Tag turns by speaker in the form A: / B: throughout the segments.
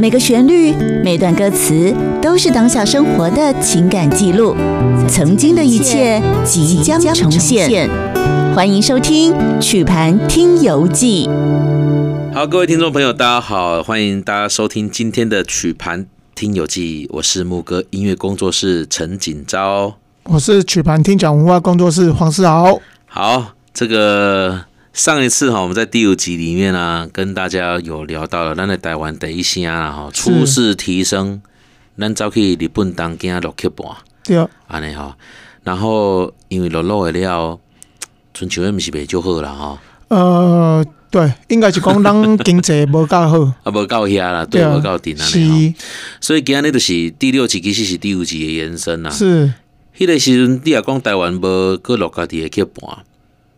A: 每个旋律、每段歌词都是当下生活的情感记录，曾经的一切即将重现。欢迎收听《曲盘听游记》。
B: 好，各位听众朋友，大家好，欢迎大家收听今天的《曲盘听友记》，我是牧歌音乐工作室陈锦昭。
C: 我是曲盘听讲文化工作室黄世豪。
B: 好，这个上一次哈，我们在第五集里面呢、跟大家有聊到了，咱在台湾第一声啊，哈，初试提升，咱走去日本东京落去半。
C: 对啊，
B: 安尼吼，然后因为落落的了，亲像迄毋是袂足好啦啊吼，
C: 呃，对，应该是讲咱经济无较好，
B: 啊无到遐啦，
C: 对
B: 对，
C: 啊
B: 无到顶，安
C: 是
B: 尼吼，所以今日就是第六集，其实是第五集的延伸啊啦。
C: 是，
B: 迄个时阵，你若讲台湾无搁落家己的去盘，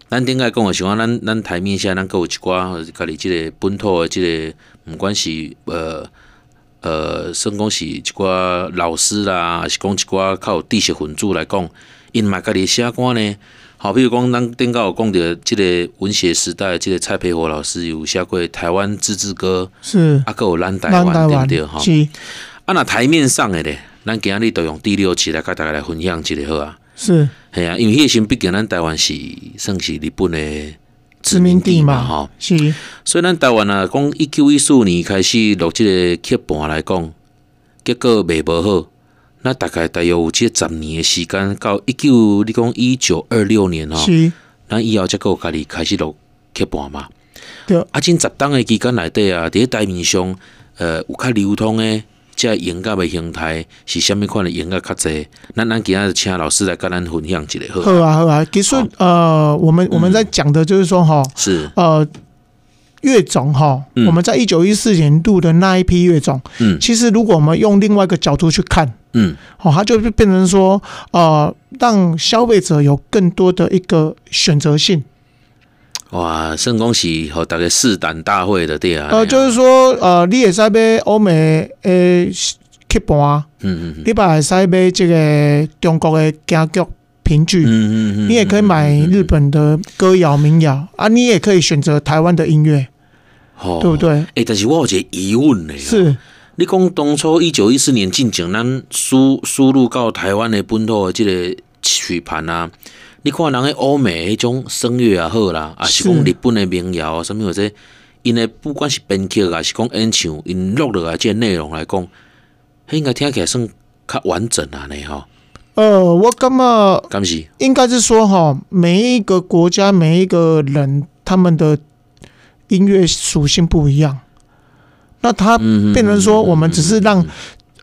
B: 咱顶摆讲的是讲，咱咱台面下咱搁有一寡家己即个本土的即、个，毋管是呃呃，算讲是一寡老师啦，还是讲一寡较有知识分子来讲，因嘛家己写歌呢。好，比如讲，咱顶摆有讲着即个文学时代，即个蔡培火老师有写过《台湾自治歌》，
C: 是，
B: 啊，搁有咱台
C: 咱
B: 湾，对不对？吼。
C: 是
B: 啊，若台面上的咧，咱今日就用第六期来甲大家来分享一下好啊。
C: 是
B: 系啊，因为迄个时阵毕竟咱台湾是算是日本的
C: 殖民地嘛，
B: 吼，
C: 是
B: 所以咱台湾啊，讲一九一四年开始录即个刻盘来讲，结果卖无好，那大概大约有即十年的时间，到一九你讲一九二六年吼，
C: 是，
B: 咱以后才有家己开始录刻盘嘛。
C: 对，
B: 啊，真十档的期间内底啊，伫咧台面上，呃，有较流通的，即音乐的形态是虾物款的音乐较济，咱咱今仔就请老师来甲咱分享一下好
C: 好
B: 啊。
C: 啊好啊。其实
B: 好
C: 呃，我
B: 嗯
C: 们我们在讲的就是说哈，
B: 是，
C: 呃。乐种哈，
B: 嗯
C: 我们在一九一四年录的那一批乐种，
B: 嗯
C: 其实如果我们用另外一个角度去看，
B: 嗯。
C: 哦，它就变成说，呃，让消费者有更多的一个选择性。
B: 哇，算讲是和大家试胆大会的对啊。
C: 呃，就是说，呃，你也使买欧美诶曲盘，啊
B: 嗯嗯嗯
C: 你嘛会使买这个中国的歌剧评剧，
B: 嗯嗯嗯，
C: 你也可以买日本的歌谣民谣啊，你也可以选择台湾的音乐，
B: 哦，
C: 对不对？
B: 哎、但是我有一个疑问呢、哦
C: 是，
B: 你讲当初一九一四年进前，咱输输入到台湾的本土的这个曲盘啊，你看人个欧美迄种声乐也好啦，啊是
C: 是
B: 讲日本的民谣啊，什物或者，因的不管是编曲啊，是讲演唱，因录落来这个内容来讲，迄应该听起来算较完整啊呢吼，
C: 呃，我感觉
B: 敢是？
C: 应该是说哈，每一个国家每一个人他们的音乐属性不一样，那他
B: 嗯，嗯
C: 变成说我们只是让
B: 嗯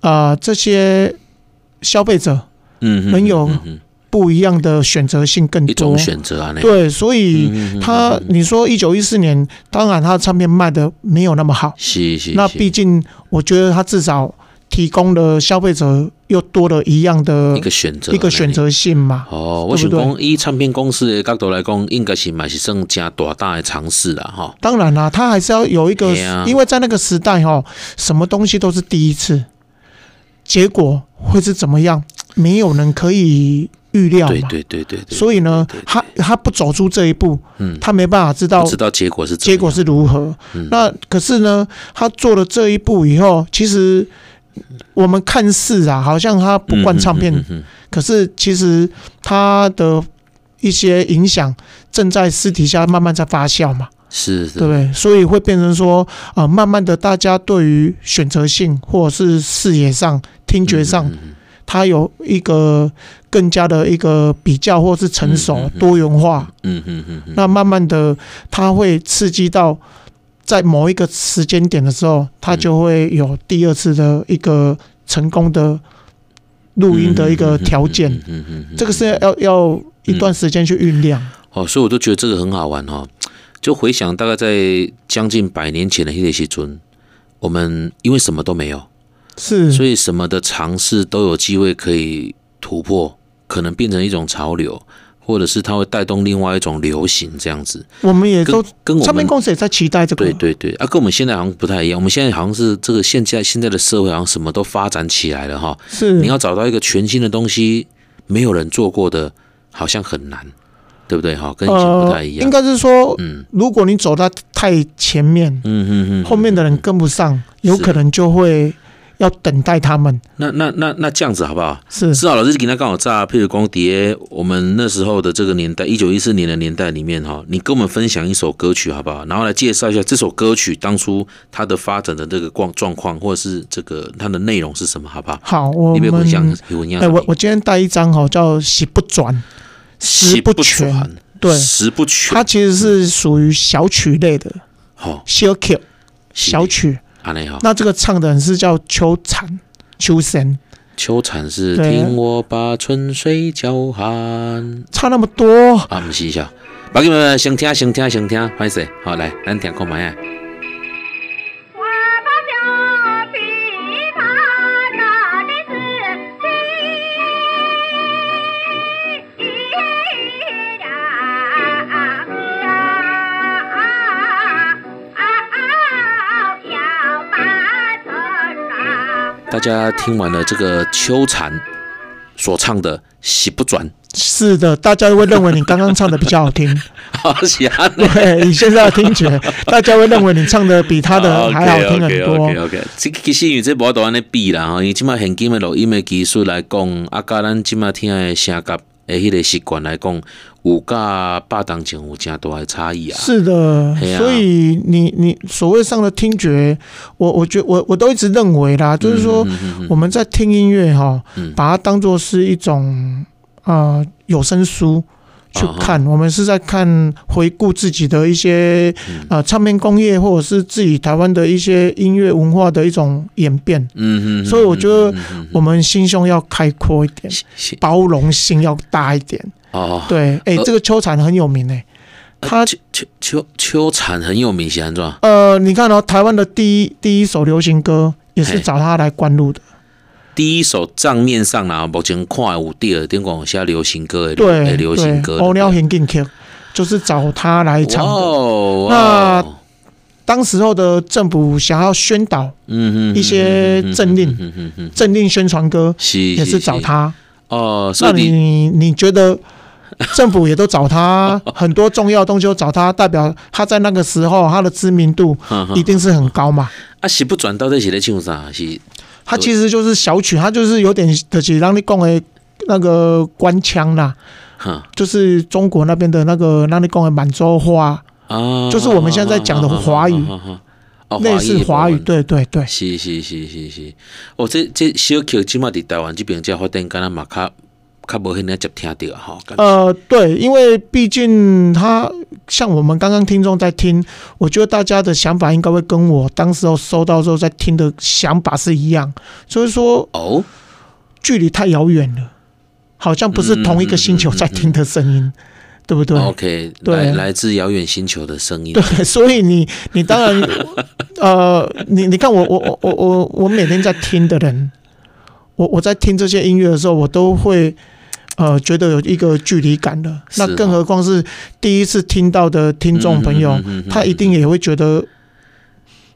C: 呃这些消费者。
B: 嗯嗯
C: 能有
B: 嗯嗯嗯
C: 不一样的选择性更
B: 一
C: 多
B: 种。选择啊，那
C: 对，所以
B: 嗯嗯嗯
C: 他你说一九一四年，当然他的唱片卖的没有那么好，
B: 是是，
C: 那
B: 是
C: 毕竟我觉得他至少提供了消费者又多了一样的
B: 一个选择，
C: 一个选。择性嘛。
B: 哦，我
C: 对
B: 想
C: 不对
B: 讲，以唱片公司的角度来讲，应该是嘛是算正大大的尝试啦，吼。
C: 当然啦、他还是要有一个
B: 对啊，
C: 因为在那个时代哈、哦什么东西都是第一次，结果会是怎么样，没有人可以预料
B: 对
C: 嘛。
B: 对对对对，
C: 所以呢
B: 对对，对
C: 他他不走出这一步，
B: 嗯，
C: 他没办法知道
B: 不知道结果是怎么
C: 结
B: 样
C: 果是如何。
B: 嗯
C: 那可是呢，他做了这一步以后，其实我们看似啊，好像他不灌唱片，
B: 嗯嗯嗯嗯
C: 可是其实他的一些影响正在私底下慢慢在发酵嘛，
B: 是
C: 对不
B: 是，
C: 对？所以会变成说，呃，慢慢的大家对于选择性或者是视野上、听觉
B: 嗯
C: 上，他有一个更加的一个比较，或是成熟、
B: 嗯嗯嗯
C: 多元化。
B: 嗯嗯嗯嗯，
C: 那慢慢的，它会刺激到在某一个时间点的时候，它就会有第二次的一个成功的录音的一个条件。
B: 嗯嗯嗯嗯
C: 这个是要要一段时间去酝酿。
B: 哦，所以我都觉得这个很好玩哈、哦。就回想大概在将近百年前的那个时阵，我们因为什么都没有，
C: 是，
B: 嗯所以什么的尝试都有机会可以突破，可能变成一种潮流，或者是它会带动另外一种流行这样子。
C: 我们也
B: 跟
C: 都
B: 跟我
C: 唱片
B: 们
C: 公司也在期待这个。
B: 对对对，啊，跟我们现在好像不太一样。我们现在好像是这个现在现在的社会好像什么都发展起来了哈。
C: 是
B: 你要找到一个全新的东西，没有人做过的，好像很难，对不对哈？跟以前不太一样。
C: 呃应该是说，
B: 嗯
C: 如果你走到太前面，
B: 嗯嗯嗯，嗯
C: 后面的人跟不上，有可能就会要等待他们。
B: 那那那那这样子好不好？
C: 是
B: 至少老师给他刚好炸，譬如光碟，我们那时候的这个年代，一九一四年的年代里面哈，你跟我们分享一首歌曲好不好？然后来介绍一下这首歌曲当初它的发展的这个状状况，或者是这个它的内容是什么，好不好？
C: 好，我
B: 你别
C: 们
B: 混像混像
C: 哎、我我今天带一张哈，叫“喜不转”，
B: 食
C: 食
B: 不
C: 不全
B: 全，
C: 对，
B: 食不全，
C: 它其实是属于小曲类的
B: 好，
C: 小曲小曲。
B: 安内好。
C: 那这个唱的人是叫秋蝉，秋神
B: 秋蝉是
C: 对啊
B: 听我把春水叫喊。
C: 差那么多，
B: 啊，毋是笑，别紧，别紧先听，先听，先听，歹势，好来，咱听看卖啊。
D: 我把小琵琶打的是凄凉啊，要把头上。
B: 大家听完了这个秋蝉所唱的《喜不转
C: 是的，大家会认为你刚刚唱的比较 好听。》，哎
B: 好喜欢
C: 对，以现在的听觉，大家会认为你唱的比他
B: 哦
C: 的还好听很
B: OK OK
C: 多。
B: OK，这其实因为这无度安尼比啦吼，因为即马现今的录音的技术来讲，啊，甲咱即马听的声甲的迄个习惯来讲，有甲百当前有真大的差异啊。
C: 是的
B: 嘿，啊
C: 所以你你所谓上的听觉，我我觉我我都一直认为啦，就是说
B: 嗯嗯嗯
C: 我们在听音乐哈
B: 嗯，
C: 把它当做是一种啊、呃有声书
B: 啊
C: 去看。我们是在看回顾自己的一些
B: 嗯
C: 呃唱片工业，或者是自己台湾的一些音乐文化的一种演变。
B: 嗯嗯，
C: 所以我觉得
B: 嗯嗯
C: 我们心胸要开阔一点，
B: 是是
C: 包容性要大一点。
B: 哦，
C: 对，哎、
B: 呃
C: 这个秋蝉很有名哎、他
B: 秋秋秋秋蝉很有名是安怎？
C: 呃，你看哦，台湾的第一第一首流行歌也是
B: 嘿
C: 找他来灌录的。
B: 第一首账面上啦，目前看有第二点讲有写流行歌的
C: 对，
B: 诶
C: 对，
B: 流行歌的。
C: 欧廖行进 Q 就是找他来
B: 哇
C: 唱的。
B: 哦，
C: 那
B: 哇哦
C: 当时候的政府想要宣导
B: 嗯嗯
C: 一些政令
B: 嗯嗯嗯，
C: 政令宣传歌，
B: 是
C: 也是找他。
B: 哦，所
C: 那
B: 以你
C: 你你觉 得政府也都找他，很多重要的东西都找他，代表他在那个时候他的知名度
B: 哈哈
C: 一定是很高嘛。
B: 啊是不转到底是咧唱啥？是
C: 它其实就是小曲，它就是有点就是让你讲的那个官腔啦，
B: 哈
C: 就是中国那边的那个让你讲的满洲话，
B: 啊，
C: 就是我们现在在讲的华语
B: 啊啊啊啊啊啊啊
C: 类似华语，。
B: 哦
C: 对对对，
B: 是是是是是，哦，这这小曲即马伫台湾即边才发展，敢若嘛较较无遐尔接听着吼。感
C: 呃，对，因为毕竟它像我们刚刚听众在听，我觉得大家的想法应该会跟我当时候收到之后在听的想法是一样，所以说
B: 哦，
C: 距离太遥远了，好像不是同一个星球在听的声音，对不对？
B: OK，
C: 对
B: 来来自遥远星球的声音。
C: 对， 所以你你当然，呃，你你看我我我我我我每天在听的人，我我在听这些音乐的时候，我都会呃觉得有一个距离感的。
B: 是
C: 那更何况是第一次听到的听众朋友
B: 嗯，嗯嗯嗯嗯嗯
C: 他一定也会觉得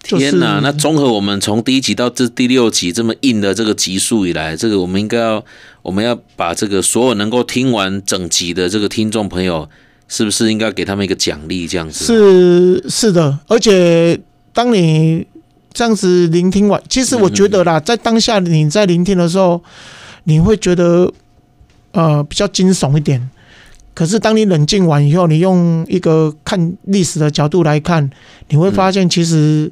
C: 就是
B: 天哪！那综合我们从第一集到这第六集这么硬的这个集数以来，这个我们应该要，我们要把这个所有能够听完整集的这个听众朋友，是不是应该给他们一个奖励？这样子
C: 是是的，而且当你这样子聆听完，其实我觉
B: 嗯
C: 得啦，在当下你在聆听的时候，你会觉得呃比较惊悚一点。可是当你冷静完以后，你用一个看历史的角度来看，你会发
B: 嗯
C: 现其实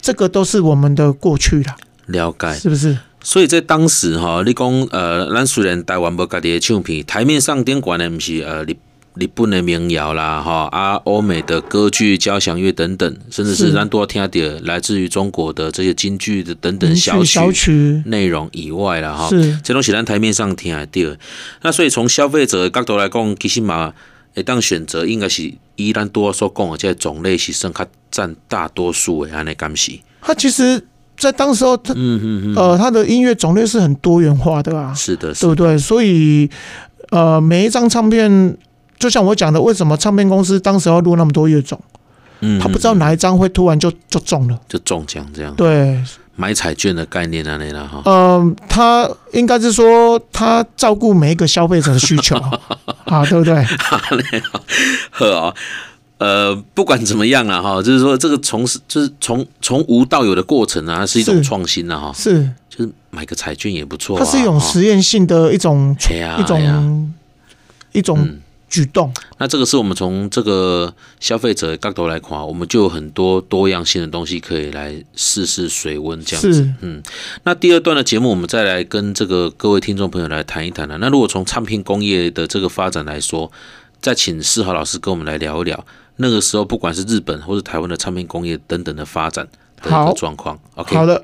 C: 这个都是我们的过去啦，
B: 了解。
C: 是不是？
B: 所以在当时哈，你讲呃，咱虽然台湾无家己的唱片，台面上顶悬的毋是呃日日本的民谣啦哈啊，欧美的歌剧、交响乐等等，甚至是
C: 是
B: 咱多听点来自于中国的嗯这些京剧的等等
C: 民
B: 小
C: 曲小
B: 曲
C: 曲
B: 内容以外啦哈。
C: 是
B: 这拢是咱台面上听得到的。那所以从消费者的角度来讲，其实嘛，会当选择应该是依咱多所讲的这个种类是算较占大多数的安尼感是。
C: 它其实，在当时候它
B: 嗯嗯
C: 呃它的音乐种类是很多元化的啊
B: 嗯，。是的，是
C: 对
B: 的
C: 不对？所以，呃，每一张唱片，就像我讲的，为什么唱片公司当时要录那么多乐种？
B: 嗯，
C: 他不知道
B: 嗯嗯
C: 哪一张会突然就就中了。
B: 就中奖这样，
C: 对，
B: 买彩券的概念安尼啦哈。
C: 呃，他应该是说他 照顾每一个消费者的需求啊，对不对？
B: 好，呃，不管怎么样了哈，就是说这个从事就是从从无到有的过程啊，是一种
C: 是
B: 创新了哈。
C: 是，
B: 就是买个彩券也不错、啊，
C: 它是一种
B: 哈
C: 实验性的一种
B: 哎呀
C: 一
B: 哎呀
C: 种一种
B: 嗯
C: 举动，
B: 那这个是我们从这个消费者的角度来看，我们就有很多多样性的东西可以来试试水温这样子。
C: 是
B: 嗯那第二段的节目，我们再来跟这个各位听众朋友来谈一谈了、那如果从唱片工业的这个发展来说，再请世豪老师跟我们来聊一聊那个时候，不管是日本或是台湾的唱片工业等等的发展的一个
C: 好
B: 状况。OK，
C: 好的。